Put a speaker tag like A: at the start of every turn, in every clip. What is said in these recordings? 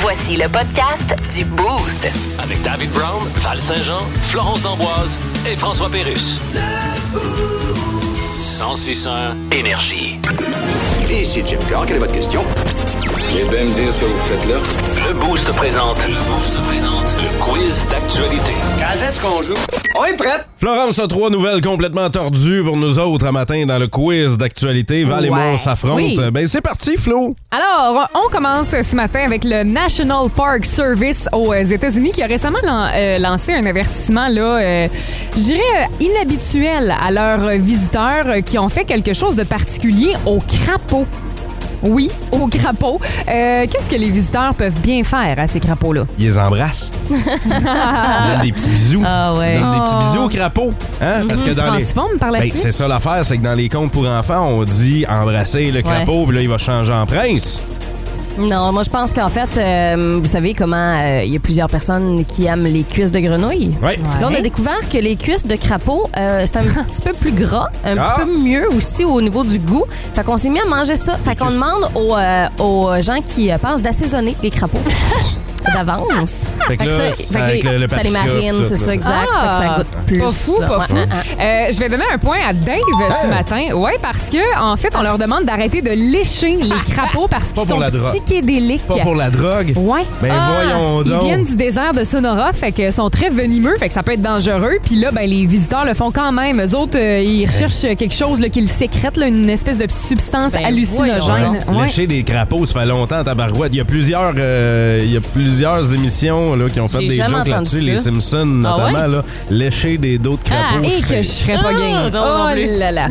A: Voici le podcast du Boost.
B: Avec David Brown, Val Saint-Jean, Florence D'Amboise et François Pérus. 1061 Énergie.
C: Ici Jim Carr, quelle est votre question?
D: Eh bien, me dire ce que vous faites là.
B: Le Boost présente. Le Boost présente. Le quiz d'actualité.
C: Quand est-ce qu'on joue? On est prêt!
E: Florence a trois nouvelles complètement tordues pour nous autres à matin dans le quiz d'actualité. Val et moi, on
F: Ouais.
E: s'affrontent.
F: Oui.
E: Ben, c'est parti, Flo.
F: Alors, on commence ce matin avec le National Park Service aux États-Unis qui a récemment lan- euh, lancé un avertissement, là, euh, je dirais, euh, inhabituel à leurs euh, visiteurs euh, qui ont fait quelque chose de particulier aux crapauds. Oui, aux crapauds. Euh, Qu'est-ce que les visiteurs peuvent bien faire à ces crapauds-là?
E: Ils les embrassent. Donne des petits bisous.
G: Ah ouais.
E: Donne des petits bisous au crapaud. Hein? Parce
F: Oh. Mhm. Ils
E: que
F: se
E: dans les.
F: transforment par la
E: Ben, c'est
F: suite?
E: ça l'affaire, c'est que dans les contes pour enfants, on dit embrasser le crapaud, puis là, il va changer en prince.
G: Non, moi je pense qu'en fait, euh, vous savez comment euh, il y a plusieurs personnes qui aiment les cuisses de grenouille.
E: Ouais.
G: Là, on a découvert que les cuisses de crapaud, euh, c'est un petit peu plus gras, un
E: Ah.
G: petit peu mieux aussi au niveau du goût. Fait qu'on s'est mis à manger ça. Fait qu'on
E: cuisses-
G: demande aux, euh, aux gens qui euh, pensent d'assaisonner les crapauds. D'avance.
E: Fait que
G: Fait que
E: là,
G: ça,
E: ça, avec
G: les-
E: le, le
G: ça les
E: paprika,
G: marine,
E: tout,
G: c'est
E: là.
G: ça, exact.
F: Ah.
G: Fait que ça goûte plus.
F: Pas fou,
G: là.
F: pas
G: Ouais,
F: fou.
G: hein, hein.
F: Euh, je vais donner un point à Dave ce matin. Oui, parce que en fait, on leur demande d'arrêter de lécher les crapauds parce
E: Pas
F: qu'ils
E: pour
F: sont
E: la drogue.
F: psychédéliques.
E: Pas pour la drogue.
F: Ouais. Ah,
E: Ben, voyons
F: Ils
E: donc.
F: viennent du désert de Sonora, fait que sont très venimeux, fait que ça peut être dangereux. Puis là, ben, les visiteurs le font quand même. Eux autres, euh, ils recherchent quelque chose là, qu'ils sécrètent, là, une espèce de substance
G: Ben,
F: hallucinogène.
E: Ouais.
F: Ouais.
E: Lécher des crapauds, ça fait longtemps, tabarouette. Il y a plusieurs, euh, il y a plusieurs émissions là, qui ont fait
G: J'ai
E: des
G: jamais
E: jokes
G: entendu
E: là-dessus,
G: ça.
E: les Simpsons notamment. là, lécher des dos de
F: Ah
E: crapauds.
F: Et que je serais pas game. Oh là là.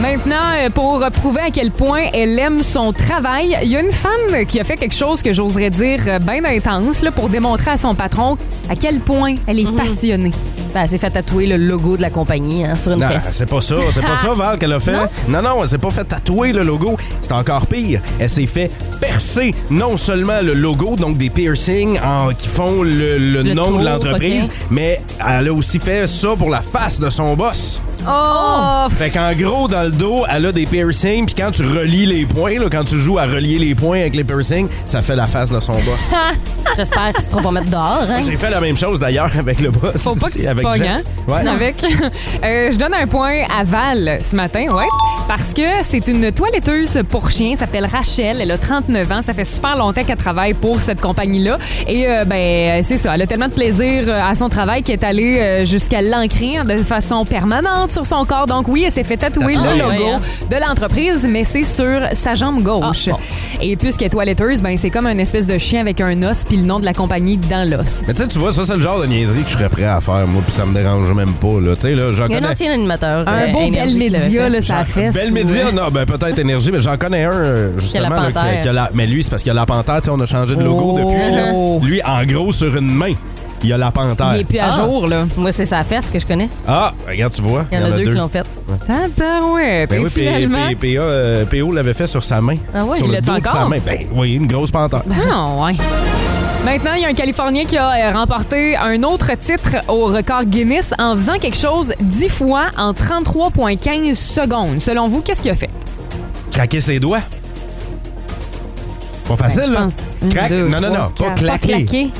F: Maintenant, euh, pour prouver à quel point elle aime son travail, il y a une femme qui a fait quelque chose que j'oserais dire euh, bien intense là, pour démontrer à son patron à quel point elle est passionnée.
G: Ben, elle s'est fait tatouer le logo de la compagnie hein, sur une
E: Non,
G: fesse.
E: c'est pas ça, c'est
F: Ah.
E: pas ça, Val, qu'elle a fait. Non, non, elle s'est pas fait tatouer le logo. C'est encore pire. Elle s'est fait percer non seulement le logo, donc des piercings en- qui font le, le
G: Le
E: nom
G: tour,
E: de l'entreprise,
G: ok.
E: mais elle a aussi fait ça pour la face de son boss.
F: Oh!
E: Fait qu'en gros, dans le dos, elle a des piercings, puis quand tu relis les points, là, quand tu joues à relier les points avec les piercings, ça fait la face de son boss.
G: J'espère qu'il se fera pas mettre dehors. hein.
E: J'ai fait la même chose d'ailleurs avec le boss.
F: Faut pas que
E: aussi,
F: tu te
E: avec
F: pognes,
E: Jeff.
F: hein?
E: Ouais.
F: Avec. Euh, je donne un point à Val ce matin, ouais. Parce que c'est une toiletteuse pour chien, elle s'appelle Rachel, elle a 39 ans, ça fait super longtemps qu'elle travaille pour cette compagnie-là. Et euh, ben, c'est ça, elle a tellement de plaisir euh, à son travail qu'elle est allée euh, jusqu'à l'ancrer de façon permanente sur son corps. Donc oui, elle s'est fait tatouer
G: Tatouer,
F: le logo
G: ouais, hein.
F: de l'entreprise, mais c'est sur sa jambe gauche. Et puisqu'elle est toiletteuse, ben, c'est comme une espèce de chien avec un os puis le nom de la compagnie dans l'os.
E: Mais tu sais, tu vois, ça, c'est le genre de niaiserie que je serais prêt à faire, moi, puis ça me dérange même pas, là. Tu sais, là, j'en
G: Il y a un
E: connais.
G: ancien animateur.
F: Un
G: euh,
F: beau bel
G: Énergie qui l'avait
F: média,
G: fait.
F: là, ça a fait.
E: Belle média, non, ben peut-être énergie, mais j'en connais un, euh,
G: la
E: justement. là,
G: panthère.
E: qui a la- mais lui, c'est parce qu'il y a la panthère, tu sais, on a changé de logo
F: Oh.
E: depuis. Lui, en gros, sur une main, il y a la panthère.
F: Il est plus à
G: Ah.
F: jour, là.
G: Moi, c'est sa fesse que je connais.
E: Ah, regarde, tu vois.
G: Il y en a deux, qui l'ont fait.
F: Tabarouette.
E: Ben
F: Et
E: oui, puis-
F: finalement...
E: puis- puis, euh, PO l'avait fait sur sa main.
G: Ah ouais,
E: sur
G: il
E: le
F: l'a
E: dos
F: dit
E: de
F: encore?
E: sa main. Ben oui, une grosse panthère.
F: Ah, ouais. Maintenant, il y a un Californien qui a euh, remporté un autre titre au record Guinness en faisant quelque chose 10 fois en 33,15 secondes. Selon vous, qu'est-ce qu'il a fait?
E: Craquer ses doigts. Pas facile,
F: je
E: là.
F: pense une,
E: Craque-
F: deux,
E: non, non,
F: trois,
E: non, pas
F: quatre. Pas
E: claquer.
F: claquer.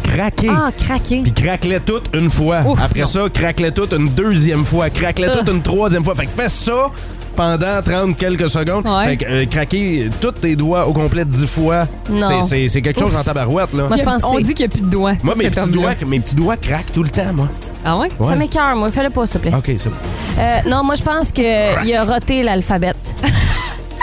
E: Craquer.
F: Ah, craquer.
E: Puis craquelait toutes une fois.
F: Ouf,
E: Après
F: non.
E: ça, craquelait toutes une deuxième fois. Craquelait
G: Ah.
E: toutes une troisième fois. Fait que fais ça pendant 30 quelques secondes.
F: Ouais.
E: Fait que euh, craquer tous tes doigts au complet 10 fois,
G: Non.
E: c'est- c'est c'est quelque chose en tabarouette, là.
G: Moi, je
F: Il y a-
G: pense que
F: On
G: c'est-
F: dit qu'il n'y a plus de doigts.
E: Moi, mes
F: cet
E: petits,
F: homme-là.
E: doigts, mes petits doigts craquent tout le temps, moi.
F: Ah ouais?
E: Ouais. Ah.
G: Ça m'écœure, moi. Fais-le pas, s'il te plaît.
E: OK, c'est bon.
G: Euh, non, moi, je pense qu'il a roté l'alphabet.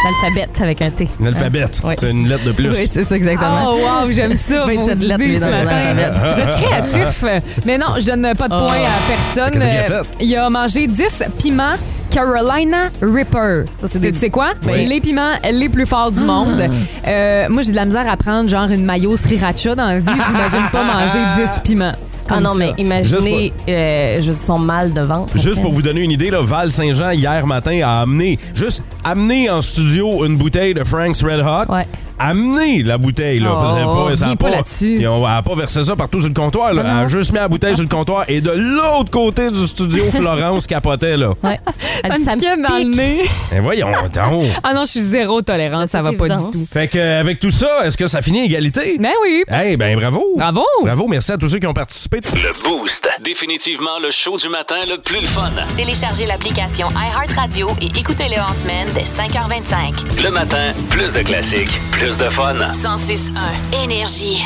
G: l'alphabet avec un T.
E: Une alphabète.
G: Ouais.
E: C'est une lettre de plus.
G: c'est ça, exactement.
F: Oh, wow, j'aime ça.
G: Ben,
F: vos
G: t'as de lettres,
F: idées
G: lui,
F: ce
G: dans Ah. un
F: matin.
G: alphabet.
F: Vous êtes créatifs. Mais non, je donne pas de points à personne.
E: Qu'est-ce qu'il a
F: Euh,
E: fait?
F: Il a mangé 10 piments Carolina Ripper. Ça, c'est Tu sais quoi? Ben,
G: Oui. Ah.
F: Les piments les plus forts du monde. Euh, moi, j'ai de la misère à prendre genre une mayo sriracha dans la vie.
G: Hein?
F: J'imagine pas manger 10 piments.
G: Ah
F: comme
G: non,
F: ça.
G: mais imaginez, euh, je veux dire, son mal de ventre.
E: Juste pour vous donner une idée, là, Val Saint-Jean, hier matin, a amené, juste amené en studio une bouteille de Frank's Red Hot.
G: Ouais.
E: amené la bouteille. Là,
F: Oh,
E: Parce que
F: on
E: ça a
F: revient pas là-dessus.
E: Et on va pas verser ça partout sur le comptoir. Là. Elle a juste mis la bouteille sur le comptoir. Et de l'autre côté du studio, Florence capotait. Là.
G: Ouais. Elle
F: Ça
G: dit,
F: me pique dans le nez.
E: Mais voyons donc.
F: Ah non, je suis zéro tolérante, ça va pas du
G: évidence.
F: tout.
E: Fait que, euh, avec tout ça, est-ce que ça finit à égalité?
F: Ben oui.
E: Eh ben bravo!
F: Bravo.
E: Bravo, merci à tous ceux qui ont participé.
B: Le Boost. Définitivement le show du matin le plus le fun.
A: Téléchargez l'application iHeartRadio et écoutez-le en semaine dès 5h25.
B: Le matin, plus de classiques, plus de fun.
A: 106.1 Énergie.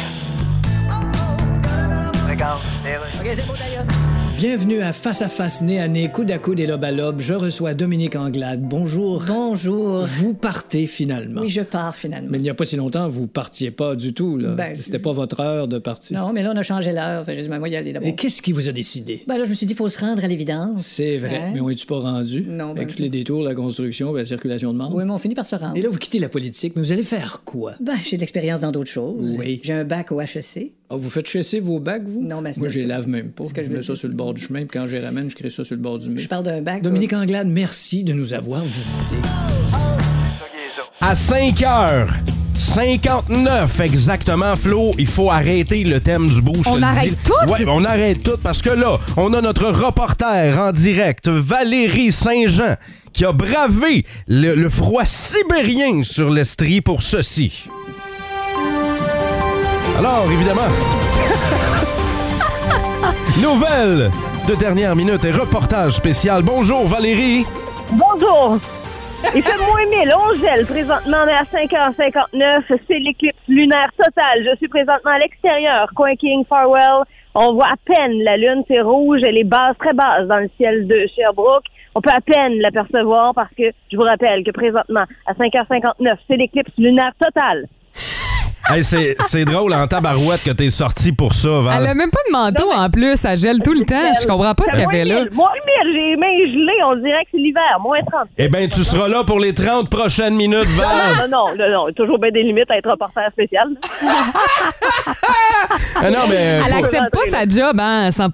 H: Bienvenue à Face à Face, nez à nez, coude à coude et lobe à lobe. Je reçois Dominique Anglade. Bonjour.
I: Bonjour.
H: Vous partez finalement.
I: Oui, je pars finalement.
H: Mais il n'y a pas si longtemps, vous partiez pas du tout. Là.
I: Ben,
H: C'était
I: je-
H: pas votre heure de partir.
I: Non, mais là, on a changé l'heure. Fait que J'ai dit, ben, moi, y aller d'abord.
H: Et qu'est-ce qui vous a décidé?
I: Ben là, je me suis dit, il faut se rendre à l'évidence.
H: C'est vrai,
I: Hein?
H: mais on est-tu pas rendu?
I: Non, ben-
H: Avec tous les détours, la construction, ben, la circulation de membres.
I: Oui, mais on finit par se rendre.
H: Et là, vous quittez la politique, mais vous allez faire quoi?
I: Ben, j'ai de l'expérience dans d'autres choses.
H: Oui.
I: J'ai un bac au E HEC.
H: Ah, vous faites chasser vos bacs, vous?
I: Non, ben, c'est-
H: Moi, je les lave même pas.
I: ce que je
H: je
I: veux
H: mets ça
I: dire.
H: sur le bord du chemin, puis quand je les ramène, je crée ça sur le bord du mur.
I: Je parle d'un bac.
H: Dominique Anglade, merci de nous avoir visités.
E: À 5 h 59 exactement, Flo, il faut arrêter le thème du bouche.
F: On arrête tout?
E: Ouais, on arrête tout parce que là, on a notre reporter en direct, Valérie Saint-Jean, qui a bravé le, le froid sibérien sur l'Estrie pour ceci. Alors, évidemment, nouvelle de dernière minute et reportage spécial. Bonjour Valérie.
J: Bonjour. Il fait moins 1000, on gèle présentement, on est à 5h59, c'est l'éclipse lunaire totale. Je suis présentement à l'extérieur, coin King, Farwell. On voit à peine la lune, c'est rouge, elle est basse, très basse dans le ciel de Sherbrooke. On peut à peine l'apercevoir parce que, je vous rappelle que présentement, à 5h59, c'est l'éclipse lunaire totale.
E: Hey, c'est c'est drôle en tabarouette que t'es sorti pour ça, Val.
F: Elle a même pas de manteau en plus, elle gèle tout le temps. Je comprends pas ce
J: Fait
F: qu'elle
J: moins
F: fait là.
J: 1000, Moins 1000, j'ai les mains gelées, on dirait que c'est l'hiver, moins 30.
E: Eh bien, tu seras là pour les 30 prochaines minutes, Val.
F: Ah!
J: Non, non, non, non, toujours bien des limites à être reporter spécial.
E: Ah non, mais,
F: Elle
E: faut-
F: accepte pas sa job, hein, à 100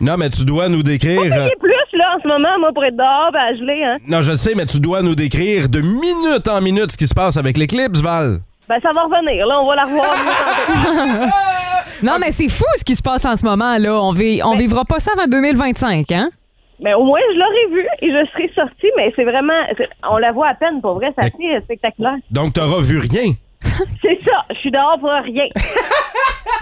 E: non, mais tu dois nous décrire... euh,
J: Et plus, là, en ce moment, moi, pour être dehors, ben, à geler, hein.
E: Non, je le sais, mais tu dois nous décrire de minute en minute ce qui se passe avec l'éclipse, Val.
J: Ben, ça va revenir. Là, on va la revoir.
F: Non, mais c'est fou ce qui se passe en ce moment, là. On, vi- on vivra pas ça avant 2025, hein?
J: mais au moins, je l'aurais vue et je serais sortie, mais c'est vraiment. c'est- On la voit à peine, pour vrai. C'est assez euh, spectaculaire.
E: Donc, t'auras vu rien.
J: C'est ça. Je suis dehors pour rien.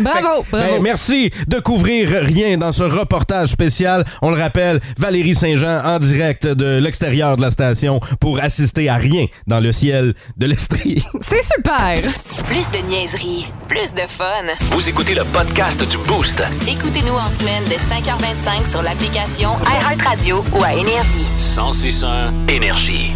F: Bravo, bravo.
E: Ben, merci de couvrir rien dans ce reportage spécial. On le rappelle, Valérie Saint-Jean en direct de l'extérieur de la station pour assister à rien dans le ciel de l'Estrie.
F: C'est super!
A: Plus de niaiserie, plus de fun.
B: Vous écoutez le podcast du Boost.
A: Écoutez-nous en semaine de 5h25 sur l'application iHeartRadio ou à Énergie.
B: 1061 Énergie.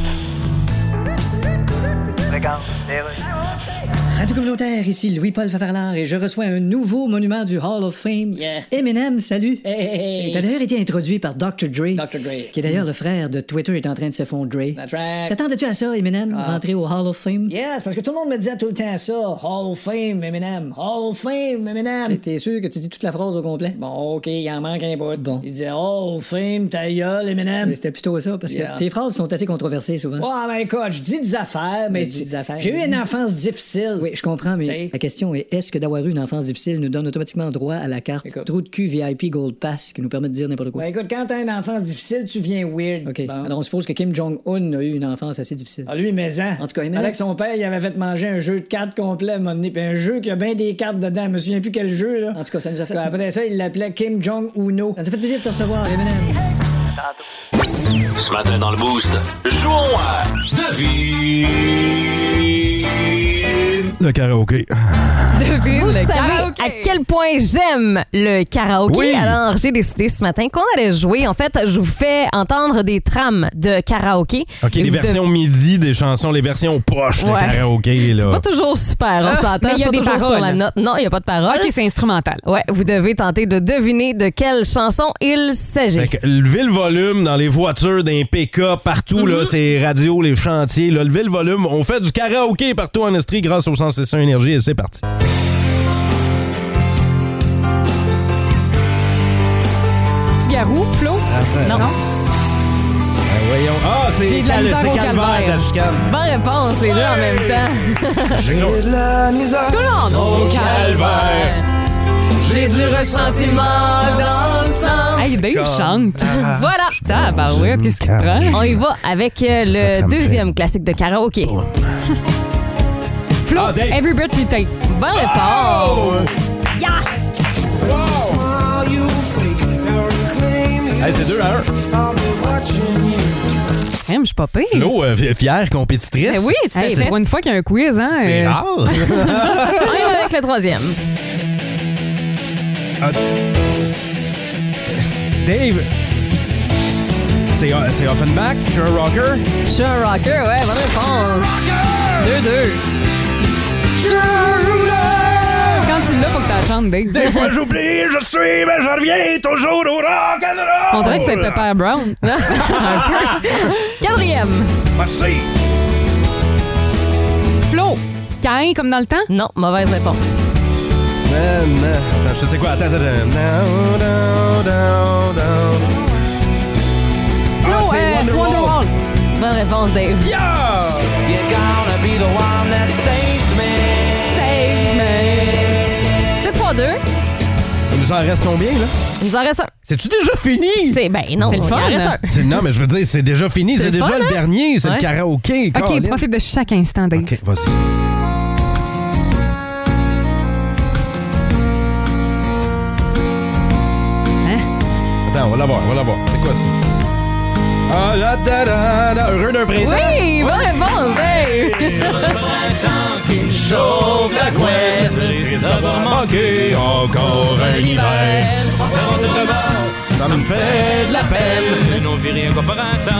H: Radio communautaire,
I: Ici Louis-Paul Favarlard et je reçois un nouveau monument du Hall of Fame. Eminem, salut.
H: hey, hey.
I: T'as d'ailleurs été introduit par Dr. Dre.
H: Dr. Dre. Ben
I: Qui est d'ailleurs le frère de Twitter est en train de s'effondrer.
H: That's right.
I: T'attendais-tu à ça, Eminem, rentrer au Hall of Fame?
H: Ah. Yes, parce que tout le monde me disait tout le temps ça. Hall of Fame, Eminem. Hall of Fame, Eminem.
I: T'es sûr que tu dis toute la phrase au complet?
H: Bon, OK, il en manque un bout. Bon. Il disait Hall of Fame, ta gueule, Eminem.
I: Mais C'était plutôt ça, parce
H: Yeah.
I: que tes phrases sont assez controversées souvent.
H: Oh, ben écoute, je dis des affaires,
I: Mais
H: mais
I: Ben, dis des affaires.
H: j'ai eu une enfance difficile.
I: Oui, je comprends, mais
H: T'sais.
I: la question est est-ce que d'avoir eu une enfance difficile nous donne automatiquement droit à la carte
H: Écoute.
I: trou de cul VIP Gold Pass qui nous permet de dire n'importe quoi?
H: Ben écoute, quand t'as une enfance difficile, tu viens weird.
I: OK.
H: Bon.
I: Alors, on suppose que Kim Jong-un a eu une enfance assez difficile.
H: Ah, lui, mais hein.
I: En tout cas, Eminem-
H: Avec son père, il avait fait manger un jeu de cartes complet, à un moment donné, puis un jeu qui a bien des cartes dedans. Je me souviens plus quel jeu, là.
I: En tout cas, ça nous a fait.
H: Puis Après ça, il l'appelait Kim Jong-uno.
I: Ça nous a fait plaisir de te recevoir, Eminem.
B: Ce matin dans le Boost, jouons à Devine.
E: Le karaoké.
F: Devine
G: Vous
F: le
G: savez
F: karaoké.
G: à quel point j'aime le karaoké.
E: Oui.
G: Alors, j'ai décidé ce matin qu'on allait jouer. En fait, je vous fais entendre des trames de karaoké.
E: OK,
G: Et
E: les
G: vous
E: versions midi des chansons, les versions poches de
G: Ouais.
E: karaoké, là.
G: C'est pas toujours super, on
F: Ah,
G: s'entend.
F: mais il y
G: c'est
F: a
G: pas
F: des
G: toujours sur
F: paroles.
G: la note. Non, il n'y a pas de parole.
F: OK, c'est instrumental.
G: Ouais, vous devez tenter de deviner de quelle chanson il s'agit.
E: Fait que lever le volume dans les voitures, dans les pick-up, partout, là, c'est radio, les chantiers, là, lever le volume. On fait du karaoké partout en Estrie grâce au 161 Énergie et c'est parti.
F: Petit Garou, Flo?
E: Ah
F: Non.
E: ouais, Voyons. Ah, c'est
F: J'ai de la
E: cal-
F: misère
E: c'est
F: au calvaire.
E: calvaire, la chicane.
F: Bonne réponse, les deux en même temps. Oh,
E: J'ai-
F: Tout le monde. Au
E: calvaire.
F: J'ai du ressentiment d'ensemble. Hey, Dave
E: Comme-
F: chante.
E: Ah.
F: voilà. Tabarouette, qu'est-ce qui te prend?
G: On y va avec euh,
E: ça que ça
G: le
E: me
G: deuxième classique de karaoké.
F: Flo,
E: Ah, Dave.
F: Every Breath You Take.
G: Bonne réponse.
E: Hey, c'est deux à un.
F: Hey, Eh, mais Je suis pas pire.
E: L'eau euh, fi- fière, compétitrice.
F: Eh oui, tu
G: Hey,
F: pour une fois qu'il y a un quiz, hein?
E: C'est
F: euh,
E: rare.
G: On y va avec le troisième.
E: Ah, tu- Dave. C'est c'est Offenbach, je suis un rocker.
G: Je suis un rocker, ouais, bonne réponse. Deux, deux.
F: Quand tu l'as, faut que t'en chantes, Dave.
E: Des fois j'oublie, je suis, mais je reviens toujours au rock and roll.
F: On dirait que c'est Pepper Brown.
G: Quatrième.
E: Merci.
F: Flo, Cain, comme dans le temps?
G: Non, mauvaise réponse.
E: Na, na. Attends, je sais quoi. Attends, attends. attends. Down, down, down, down. Ah,
F: Flo,
E: c'est
F: euh,
E: Wonderwall.
F: Wonderwall.
G: Bonne réponse, Dave.
E: Yeah!
G: Saves me. C'est 3-2.
E: Il nous en reste combien, là?
G: Il nous en reste un.
E: C'est-tu déjà fini?
G: C'est ben non,
F: C'est le
G: il
F: fun,
G: en reste
F: hein?
G: un.
E: C'est- Non, mais je veux dire, c'est déjà fini. C'est
G: le
E: déjà
G: fun,
E: le
G: hein?
E: dernier. C'est
G: Ouais.
E: le karaoké.
F: OK,
E: Colin.
F: profite de chaque instant, Dave.
E: OK, vas-y.
F: Hein?
E: Attends, on va l'avoir, on va l'avoir. C'est quoi ça? Ah là, da, da, da, heureux d'un printemps.
G: Oui, bonne réponse, Dave.
E: Manquer encore un hiver. Ça me fait de la peine.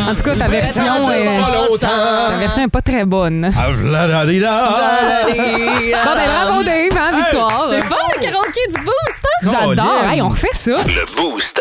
F: En tout cas, ta version est...
E: Pas longtemps.
F: Ta version est pas très bonne.
E: Ah, là, da, di, da.
F: Bon, ben bravo, Dave, hein, victoire.
G: C'est le fun, le karaoké du boost. hein?
F: J'adore.
E: Colin.
F: Hey, on refait ça.
B: Le Boost.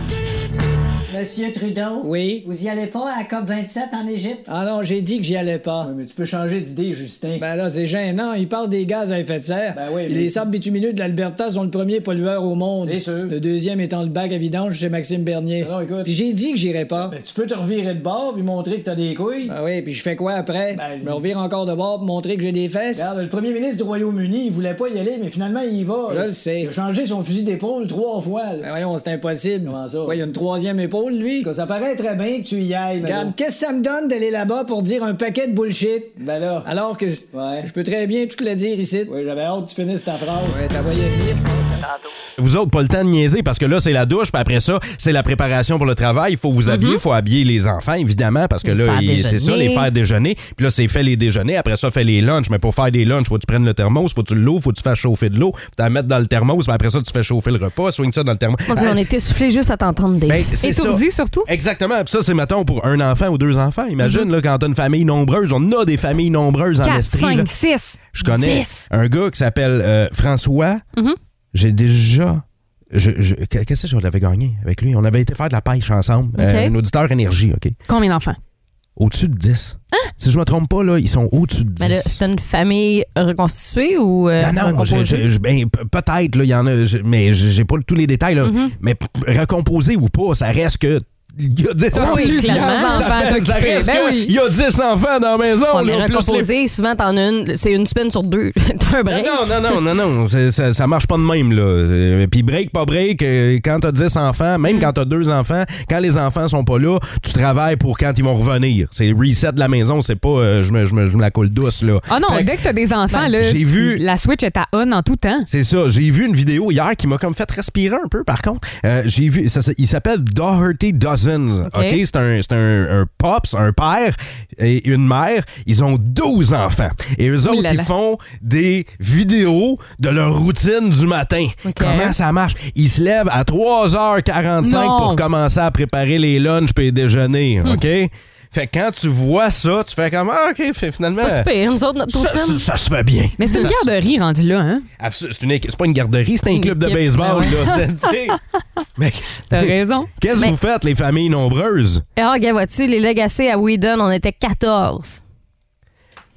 I: Monsieur Trudeau,
H: Oui?
I: vous y allez pas à la COP27 en Égypte?
H: Ah non, j'ai dit que j'y allais pas.
I: mais tu peux changer d'idée, Justin.
H: Ben là, c'est gênant. Ils parlent des gaz à effet de serre.
I: Ben oui,
H: Puis
I: mais-
H: Les sables bitumineux de l'Alberta sont le premier pollueur au monde.
I: C'est sûr. Ben
H: Le deuxième étant le bac à vidange chez Maxime Bernier.
I: Non, non, écoute.
H: Puis j'ai dit que j'irais pas.
I: Ben, tu peux te revirer de bord puis montrer que t'as des couilles.
H: Ah oui, puis je fais quoi après?
I: Ben,
H: je me revire encore de bord pour montrer que j'ai des fesses?
I: Regarde, le premier ministre du Royaume-Uni, il voulait pas y aller, mais finalement, il y va.
H: Je le sais.
I: Il a changé son fusil d'épaule trois fois.
H: Ben
I: là.
H: voyons, c'est impossible.
I: Comment ça?
H: Quoi, il y a une troisième épaule, lui?
I: En tout cas, ça paraît très bien que tu y ailles, mais
H: Regarde,
I: là-
H: qu'est-ce que ça me donne d'aller là-bas pour dire un paquet de bullshit?
I: Ben là.
H: Alors que je
I: Ouais.
H: je peux très bien tout le dire ici.
I: Oui, j'avais hâte que tu finisses ta phrase.
H: Ouais, t'as voyé venir.
E: Vous autres, pas le temps de niaiser parce que là, c'est la douche, puis après ça, c'est la préparation pour le travail. Il faut vous habiller, il faut habiller les enfants, évidemment, parce que
G: Mhm. Les
E: là,
G: faire
E: il- c'est ça,
G: déjeuner.
E: les faire déjeuner. Puis là, c'est fait les déjeuners, après ça, fait les lunchs. Mais pour faire des lunchs, faut que tu prennes le thermos, faut que tu l'ouvres, faut que tu fasses chauffer de l'eau, faut que tu la mettre dans le thermos, puis après ça, tu fais chauffer le repas, swing ça dans le thermos.
G: Mon Dieu, on était soufflés juste à t'entendre, Dave.
E: Ben, c'est ça.
F: Étourdi, surtout. Mm-hmm.
E: Exactement. Puis ça, c'est, mettons, pour un enfant ou deux enfants. Imagine, là, quand t'as une famille nombreuse, on a des familles nombreuses en
F: 4,
E: Estrie. là.
F: 5, 6.
E: Je connais
F: Dix. Mhm.
E: un gars qui s'appelle euh, François.
F: Mm.
E: J'ai déjà. je- je- Qu'est-ce que je l'avais gagné avec lui? On avait été faire de la pêche ensemble. Euh, un auditeur énergie, OK?
F: Combien d'enfants?
E: Au-dessus de 10.
F: Hein?
E: Si je me trompe pas, là, ils sont au-dessus de 10.
F: Ben
G: Mais Ben là, c'est une famille reconstituée ou. euh,
E: Ah non, je-
G: recomposée?
E: je- je- ben, pe- peut-être, là, il y en a, je- mais j'ai j'ai pas tous les détails. là.
G: Mm-hmm.
E: Mais p- recomposé ou pas, ça reste que. Il y a 10 enfants.
G: oui,
E: Ça
G: clairement.
E: fait-
F: Enfants
E: ça
F: t'occupés.
E: reste
F: Ben
E: que
F: oui.
E: Il y a 10 enfants dans la maison.
G: Ouais, mais
E: là, plus les-
G: recomposée, souvent, t'en as une. C'est une semaine sur deux. T'as un break.
E: Non, non, non, non, non, c'est- ça, ça marche pas de même, là. Euh, Puis break, pas break, euh, quand t'as 10 enfants,
G: Mm.
E: même quand t'as deux enfants, quand les enfants sont pas là, tu travailles pour quand ils vont revenir. C'est reset de la maison, c'est pas euh, je, me, je, me, je me la coule douce, là.
F: Ah non,
E: Fait que- ben,
F: dès que t'as des enfants, là,
E: j'ai
F: tu-
E: vu-
F: la Switch est à on en tout temps.
E: C'est ça, j'ai vu une vidéo hier qui m'a comme fait respirer un peu par contre. Euh, j'ai vu ça, ça- il s'appelle Doherty Dozens. OK,
G: OK.
E: c'est un c'est un, un pops, un père et une mère, ils ont 12 enfants et eux autres
F: là
E: ils
F: là.
E: font des vidéos de leur routine du matin. Comment ça marche Ils se lèvent à 3h45
F: Non. Hmm.
E: pour commencer à préparer les lunchs puis les déjeuners, OK Fait que quand tu vois ça, tu fais comme, ah, OK, fait- finalement.
G: Pas si pire, nous autres, notre
E: Ça,
G: poutine.
E: ça- ça se fait bien.
F: Mais c'est une
E: Ça se-
F: garderie rendue là, hein?
E: Absolu- C'est une équ- c'est pas une garderie, c'est un
F: Une
E: club de
F: équipe,
E: baseball.
F: ben
E: là. C'est- tu sais. Mais
F: T'as raison.
E: qu'est-ce que
G: Mais-
E: vous faites, les familles nombreuses?
G: Et Ah, regarde, vois-tu, les Legacy à Whedon, on était 14.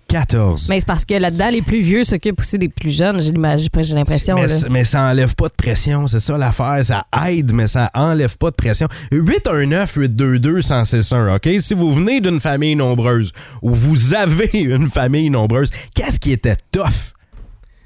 E: 14.
G: Mais c'est parce que là-dedans, les plus vieux s'occupent aussi des plus jeunes, j'ai l'image- j'ai l'impression.
E: Mais,
G: là.
E: c- mais ça enlève pas de pression, c'est ça l'affaire. Ça aide, mais ça enlève pas de pression. 819-822-161, OK? Si vous venez d'une famille nombreuse ou vous avez une famille nombreuse, qu'est-ce qui était tough?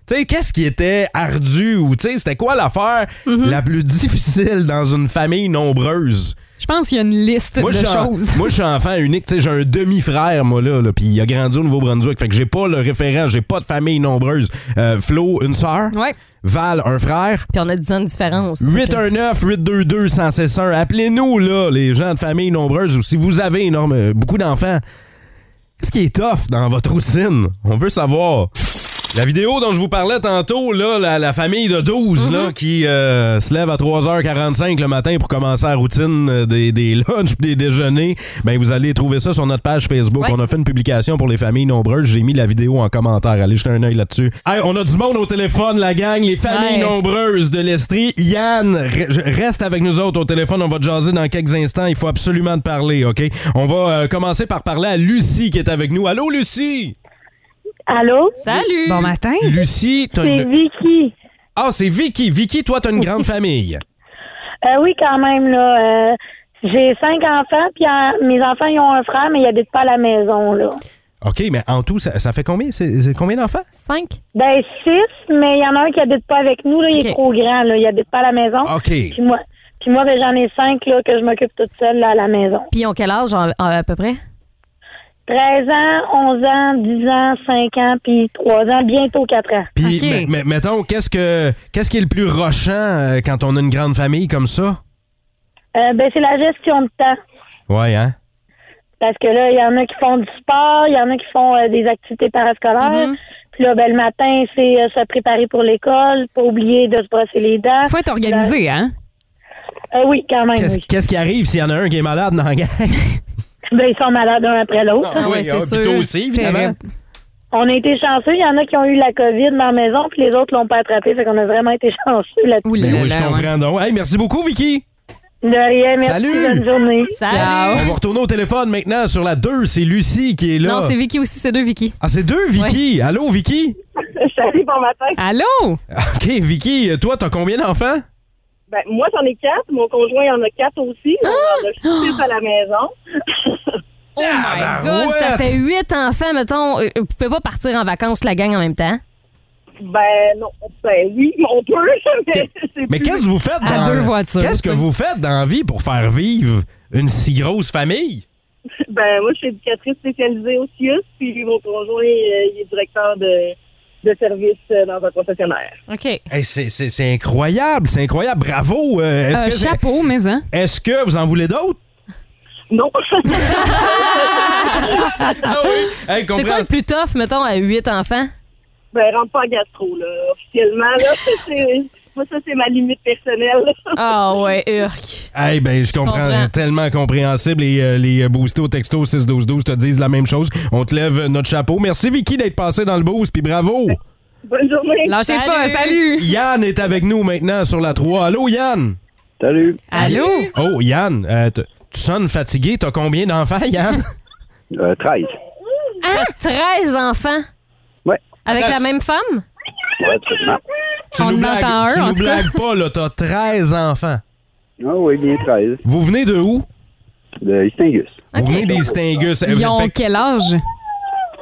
E: Tu sais, qu'est-ce qui était ardu ou tu sais, c'était quoi l'affaire
F: Mm-hmm.
E: la plus difficile dans une famille nombreuse?
F: Je pense qu'il y a une liste
E: Moi,
F: de
E: je suis en-
F: choses.
E: moi, je suis enfant unique. Tu sais, J'ai un demi-frère, moi, là, là, puis il a grandi au Nouveau-Brunswick. Fait que j'ai pas le référent, j'ai pas de famille nombreuse. Euh, Flo, une sœur.
F: Ouais.
E: Val, un frère.
G: Puis on a 10 ans de différence.
E: 819-822-161. Appelez-nous, là, les gens de famille nombreuse ou si vous avez énorme, euh, beaucoup d'enfants. Qu'est-ce qui est tough dans votre routine? On veut savoir. La vidéo dont je vous parlais tantôt, là, la, la famille de 12
G: Mm-hmm.
E: là, qui euh, se lève à 3h45 le matin pour commencer la routine euh, des, des lunchs pis des déjeuners, ben vous allez trouver ça sur notre page Facebook.
G: Ouais.
E: On a fait une publication pour les familles nombreuses. J'ai mis la vidéo en commentaire. Allez jeter un œil là-dessus. Hey, on a du monde au téléphone, la gang, les familles
G: Ouais.
E: nombreuses de l'Estrie. Yann, re- je- reste avec nous autres au téléphone. On va te jaser dans quelques instants. Il faut absolument te parler, OK? On va euh, commencer par parler à Lucie qui est avec nous. Allô, Lucie?
J: Allô?
G: Salut!
F: Bon matin.
E: Lucie, t'as
J: C'est
E: une...
J: Vicky.
E: Ah, c'est Vicky. Vicky, toi, t'as une grande famille.
J: Euh, oui, quand même, là. euh, j'ai cinq enfants, puis euh, mes enfants, ils ont un frère, mais ils habitent pas à la maison, là.
E: OK, mais en tout, ça, ça fait combien? C'est c'est combien d'enfants?
G: 5?
J: Ben, six, mais il y en a un qui habite pas avec nous, là. Il est
G: Ok.
J: trop grand, là. Il habite pas à la maison.
E: OK.
J: Puis moi, puis moi ben, j'en ai cinq, là, que je m'occupe toute seule, là, à la maison.
G: Puis ils ont quel âge en- en- à peu près?
J: 13 ans, 11 ans, 10 ans, 5 ans, puis 3 ans, bientôt 4 ans.
E: Puis,
F: OK.
E: mais- mais- mettons, qu'est-ce que qu'est-ce qui est le plus rochant euh, quand on a une grande famille comme ça?
J: Euh, ben, c'est la gestion de temps.
E: Ouais, hein?
J: Parce que là, il y en a qui font du sport, il y en a qui font euh, des activités parascolaires.
F: Mm-hmm.
J: Puis là, ben, le matin, c'est euh, se préparer pour l'école, pas oublier de se brosser les dents.
F: Faut être organisé, hein?
J: Euh, oui, quand même,
E: Qu'est-ce
J: oui.
E: qu'est-ce qui arrive s'il y en a un qui est malade dans la gang?
J: Ben, ils sont malades un après l'autre.
G: Ah ouais, c'est
E: puis
G: sûr.
E: toi aussi, évidemment.
F: Terrible.
J: On a été chanceux. Il y en a qui ont eu la COVID dans la maison, puis les autres l'ont pas attrapé. Fait qu'on a vraiment été chanceux là-dessus.
F: Ouh là
E: Ben
F: là,
E: oui, je
F: ouais.
E: comprends donc. Hey, merci beaucoup, Vicky.
J: De rien, merci.
E: Salut!
J: Bonne journée.
E: On
G: Ciao!
E: va retourner au téléphone maintenant sur la 2. C'est Lucie qui est là.
G: Non, c'est Vicky aussi, c'est deux Vicky.
E: Ah, c'est deux, Vicky. Allô, Vicky?
J: Salut, bon matin.
F: Allô?
E: OK, Vicky, toi, t'as combien d'enfants?
J: Ben, moi, j'en ai quatre. Mon conjoint en a quatre aussi.
F: Ah!
J: On en a six à la maison.
G: Oh my God!
E: Tabarouette!
G: Ça fait huit enfants, mettons. Euh, Vous pouvez pas partir en vacances, la gang, en même temps.
J: Ben, non. Ben, oui, on peut, mais c'est
E: Mais qu'est-ce que vous faites
F: À
E: dans...
F: deux voitures,
E: Qu'est-ce que
F: tu sais.
E: vous faites dans la vie pour faire vivre une si grosse famille?
J: Ben, moi, je suis éducatrice spécialisée au CIUS, puis mon conjoint, euh, il est directeur de, de service euh, dans un concessionnaire.
G: OK.
E: Hey, c'est- c'est c'est incroyable, c'est incroyable. Bravo. Euh, Est-ce
F: Euh,
E: que, c'est-
F: chapeau, mais hein?
E: est-ce que vous en voulez d'autres?
J: Non.
E: Ah oui. Hey,
G: C'est quoi
E: comprends-
G: le plus tough, mettons, à huit enfants?
J: ben, rentre pas en gastro, là, officiellement, là. Ça, c'est- Moi, ça, c'est ma limite personnelle.
G: Ah ouais, urk.
E: Hey, ben, je comprends,
G: comprends.
E: tellement compréhensible. Et euh, les boostés au texto 6-12-12 te disent la même chose. On te lève euh, notre chapeau. Merci, Vicky, d'être passé dans le boost, puis bravo.
J: Bonne journée.
F: Lâchez
G: Salut.
F: Ah, pas, salut!
E: Yann est avec nous maintenant sur la 3. Allô, Yann?
D: Salut.
F: Allô?
E: Oh, Yann, euh, t- tu sonnes fatigué. T'as combien d'enfants, Yann?
D: Euh, 13.
G: Hein? 13 enfants?
D: Ouais.
G: Avec
E: Attends,
G: la même femme?
D: Ouais, absolument.
E: Tu
F: On
E: nous
F: en
E: blagues,
F: entend un,
E: tu
F: en
E: nous
F: tout cas.
E: blagues pas, là. T'as 13 enfants.
D: Ah oui, bien 13.
E: Vous venez de où?
D: De Istingus.
E: Vous venez des Stingus.
F: Ils
E: Euh,
F: ont
E: fait que-
F: quel âge?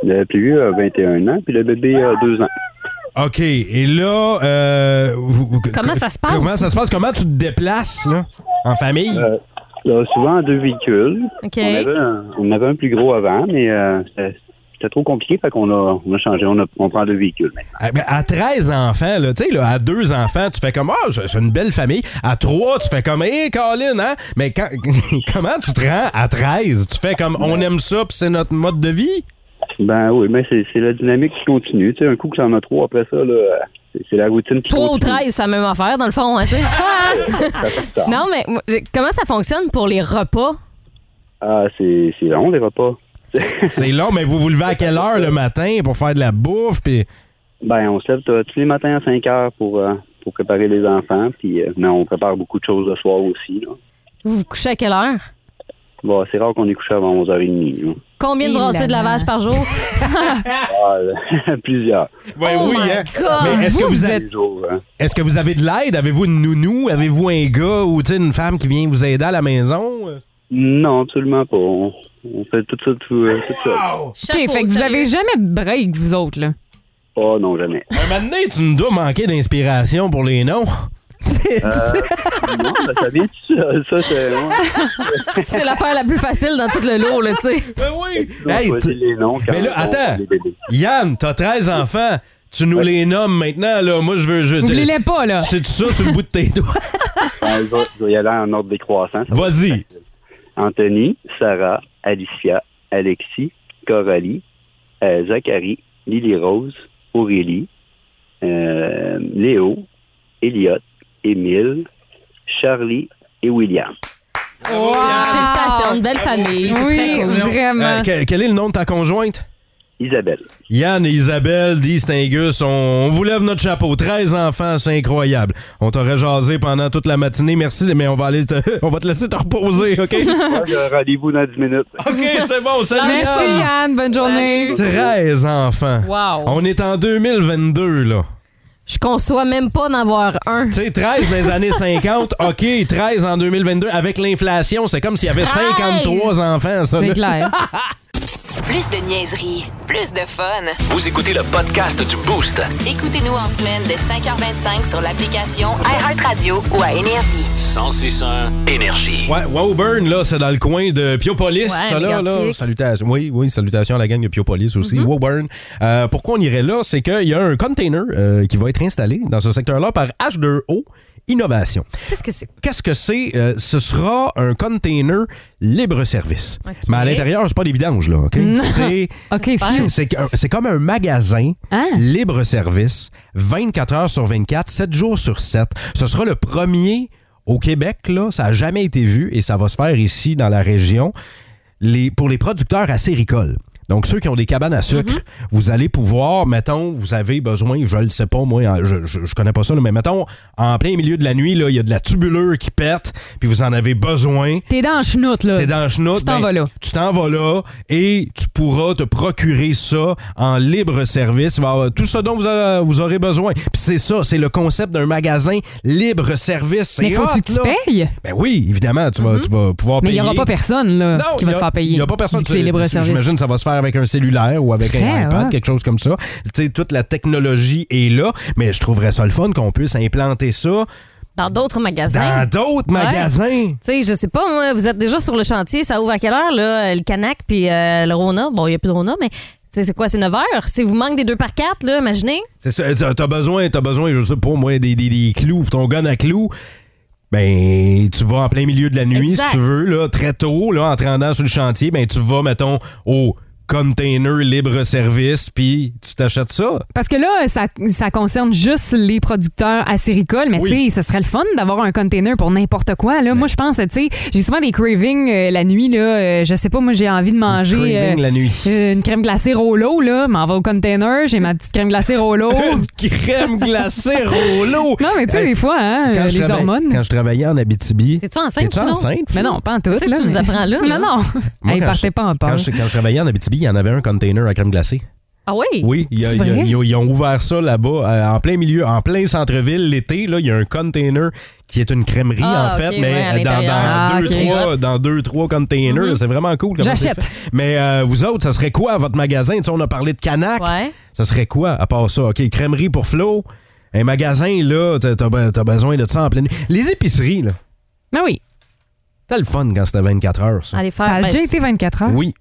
D: Le plus vieux a 21 ans, puis le bébé a 2 ans.
E: OK. Et là, euh, vous- vous-
G: Comment ça se passe?
E: Comment ça se passe? Comment tu te déplaces, là, en famille?
D: Euh, là, souvent deux véhicules.
G: OK.
D: On, avait un, on avait un plus gros avant, mais euh, c'était c'était trop compliqué, fait qu'on a, on a changé. On, a- on prend deux véhicules maintenant.
E: À- ben, À 13 enfants, là, tu sais, là, à deux enfants, tu fais comme, ah, c'est c'est une belle famille. À trois, tu fais comme, hé, Colin, hein? Mais quand- comment tu te rends à 13? Tu fais comme, on aime ça, puis c'est notre mode de vie?
D: Ben oui, mais c'est c'est la dynamique qui continue. Tu sais, un coup que t'en as trois après ça, là, c'est- c'est la routine qui
G: 3 ou
D: continue.
G: 13, c'est la même affaire, dans le fond, hein, tu sais.
D: Ça fait ça.
G: Non, mais moi, j'ai- comment ça fonctionne pour les repas?
D: Ah, c'est c'est long, les repas.
E: C'est long, mais vous vous levez à quelle heure le matin pour faire de la bouffe? Puis
D: Ben, on se lève euh, tous les matins à 5 heures pour, euh, pour préparer les enfants. Puis, euh, mais on prépare beaucoup de choses le soir aussi. Là.
G: Vous vous couchez à quelle heure?
D: Bon, c'est rare qu'on est couché avant 11h30. nous.
G: Combien de
F: Et
G: brassées de
F: là-bas.
G: lavage par jour?
D: Ah, là, plusieurs.
E: Ouais,
G: Oh
E: oui,
G: my
E: hein?
G: God!
E: Mais est-ce que
G: Vous,
E: vous,
G: vous
D: Tous
E: avez-
D: les jours, hein.
E: est-ce que vous avez de l'aide? Avez-vous une nounou? Avez-vous un gars ou tu sais, une femme qui vient vous aider à la maison?
D: Non, absolument pas. On, on fait tout ça tout, euh, tout seul.
F: OK, fait que vous avez jamais de break, vous autres, là.
D: Oh non, jamais.
E: Un moment donné, tu nous dois manquer d'inspiration pour les noms.
D: Euh, non, ben, ça vient tout seul. Ça, c'est. ouais.
G: C'est l'affaire la plus facile dans tout le lot, là, tu sais.
E: Ben oui!
D: On choisit les noms quand
E: mais là,
D: on-
E: attends.
D: les bébés.
E: Yann, t'as 13 enfants. Tu nous les nommes maintenant, là. Moi, je veux. Je,
F: Oublie-les pas, là.
E: C'est tout ça sur le bout de tes doigts.
D: Ah, je vais- je vais y aller en ordre décroissant. ça va.
E: Vas-y.
D: Anthony, Sarah, Alicia, Alexis, Coralie, euh, Zachary, Lily Rose, Aurélie, euh, Léo, Elliot, Émile, Charlie et William.
F: Wow!
G: Félicitations, une belle famille.
F: Oui, vraiment.
E: Euh, quel, quel est le nom de ta conjointe?
D: Isabelle.
E: Yann et Isabelle Distingus, on, on vous lève notre chapeau. 13 enfants, c'est incroyable. On t'aurait jasé pendant toute la matinée. Merci, mais on va aller te, on va te laisser te reposer, OK?
D: Moi, j'ai un Rendez-vous dans 10 minutes.
E: OK, c'est bon, salut
F: Merci,
E: Yann.
F: Anne. Bonne journée.
E: 13 enfants.
F: Wow.
E: On est en 2022, là.
G: Je conçois même pas d'en avoir un.
E: Tu sais, 13 dans les années 50, OK, 13 en 2022. Avec l'inflation, c'est comme s'il y avait 53 enfants, ça.
F: C'est
E: là.
F: clair.
A: Plus de niaiserie, plus de fun.
B: Vous écoutez le podcast du Boost.
A: Écoutez-nous en semaine de 5h25 sur l'application iHeartRadio ou à Énergie.
B: 1061 Énergie.
E: Ouais, Woburn, là, c'est dans le coin de Piopolis, ça, là,
G: Mégantic.
E: là. Salutations. Oui, oui, salutations à la gang de Piopolis aussi. Woburn. Euh, pourquoi on irait là? C'est qu'il y a un container euh, qui va être installé dans ce secteur-là par H2O Innovation.
G: Qu'est-ce que c'est?
E: Qu'est-ce que c'est? Euh, ce sera un container libre-service. Mais à l'intérieur, c'est pas des vidanges, là, OK? C'est...
F: OK,
E: C'est- C'est qu'un- c'est comme un magasin
F: Ah.
E: libre-service, 24 heures sur 24, 7 jours sur 7. Ce sera le premier au Québec, là. Ça n'a jamais été vu et ça va se faire ici dans la région les, pour les producteurs acéricoles. Donc, ceux qui ont des cabanes à sucre, vous allez pouvoir, mettons, vous avez besoin, je le sais pas, moi, en- je, je, je connais pas ça, là, mais mettons, en plein milieu de la nuit, là, il y a de la tubulure qui pète, puis vous en avez besoin.
F: T'es dans le chenoute, là.
E: T'es dans le chenoute,
F: Tu t'en
E: ben,
F: vas là.
E: Tu t'en vas là et tu pourras te procurer ça en libre service. Il va y avoir tout ce dont vous, a- vous aurez besoin. Puis c'est ça, c'est le concept d'un magasin libre service. C'est
F: Mais
E: hot,
F: faut-tu que tu
E: là.
F: payes? Mm-hmm.
E: Ben oui, évidemment, tu vas, tu vas pouvoir
F: Mais il
E: payer.
F: n'y aura pas personne, là,
E: Non,
F: qui va
E: y a-
F: te faire payer.
E: Il n'y a pas personne.
F: Vu que C'est libre service.
E: J'imagine que ça va se faire avec un cellulaire ou avec
F: Très,
E: un iPad,
F: ouais.
E: quelque chose comme ça. Tu sais, toute la technologie est là, mais je trouverais ça le fun qu'on puisse implanter ça
G: Dans d'autres magasins?
E: dans d'autres
G: Ouais.
E: magasins.
G: Tu sais, je sais pas, moi, vous êtes déjà sur le chantier, ça ouvre à quelle heure, là, le Canac puis euh, le Rona? Bon, il n'y a plus de Rona, mais tu sais, c'est quoi, c'est 9 heures? Si vous manque des deux par quatre, là, imaginez.
E: C'est ça, t'as t'as besoin, t'as besoin, je sais pas moi, des, des, des clous, pour ton gun à clous. Ben, tu vas en plein milieu de la nuit,
G: Exact.
E: si tu veux, là, très tôt, là, en te rendant sur le chantier, ben tu vas, mettons, au container libre-service, puis tu t'achètes ça.
F: Parce que là, ça, ça concerne juste les producteurs acéricoles, mais
E: Oui.
F: tu sais, ce serait le fun d'avoir un container pour n'importe quoi. Là. Moi, je pense, tu sais, j'ai souvent des cravings euh, la nuit, là, euh, je sais pas, moi, j'ai envie de manger
E: Craving
F: euh,
E: la nuit.
F: euh, une crème glacée Rollo, là, m'en va au container, j'ai ma petite crème glacée Rollo.
E: Une crème glacée Rolo.
F: non, mais tu sais, des fois, hein,
E: Quand
F: euh,
E: je
F: les
E: trava-
F: hormones.
E: Quand je travaillais en Abitibi.
G: T'es-tu enceinte?
E: T'es-tu
G: ou non?
E: enceinte?
F: Mais non, pas en tout.
G: C'est que
F: là,
G: tu nous
F: mais-
G: apprends là, là.
F: Non, non.
E: Moi,
F: Hey,
E: quand
F: partez
E: je-
F: pas en peur.
E: Quand je, quand je travaillais en Abitibi, il y en avait un container à crème glacée.
G: Ah oui?
E: Oui, il y a-
F: C'est
E: il y a-
F: vrai?
E: il y a- ils ont ouvert ça là-bas, euh, en plein milieu, en plein centre-ville, l'été. Là, il y a un container qui est une crèmerie,
G: Ah,
E: en fait,
G: ok,
E: mais
G: ouais, à
E: euh, dans,
F: Ah,
G: l'intérieur. Mm-hmm.
E: dans, deux,
F: ok.
E: trois, dans deux, trois containers. C'est vraiment cool. comment c'est
F: J'achète.
E: fait. Mais euh, vous autres, ça serait quoi, votre magasin? Tu sais, on a parlé de Canac.
G: Ouais.
E: Ça serait quoi, à part ça? OK, crèmerie pour Flo. Un magasin, là, t'as t'as be- t'as besoin de ça en pleine... Les épiceries, là,
F: Mais oui,
E: t'as le fun quand c'était 24 heures, ça.
G: Ah Allez faire.
F: ça a
G: ben,
F: déjà été 24 heures.
E: Oui.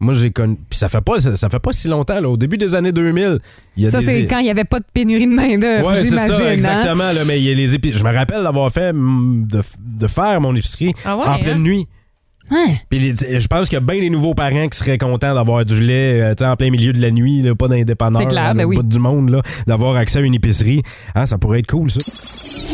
E: Moi, j'ai connu... Puis ça fait pas, ça, ça fait pas si longtemps, là. Au début des années 2000, il y a
F: Ça,
E: des-
F: c'est quand il n'y avait pas de pénurie de main-d'œuvre,
E: Ouais, c'est
F: j'imagine.
E: ça,
F: hein.
E: exactement. là, mais il y a les épices. Je me rappelle d'avoir fait mm, de, de faire mon épicerie
G: Ah ouais,
E: en pleine
G: hein?
E: nuit.
F: Hein?
E: Puis les- je pense qu'il y a bien des nouveaux parents qui seraient contents d'avoir du lait euh, tu sais, en plein milieu de la nuit, là, pas d'indépendance,
F: C'est clair,
E: à
F: ben
E: l'autre
F: oui.
E: Ah, bout du monde, là, d'avoir accès à une épicerie. Hein, ça pourrait être cool, ça.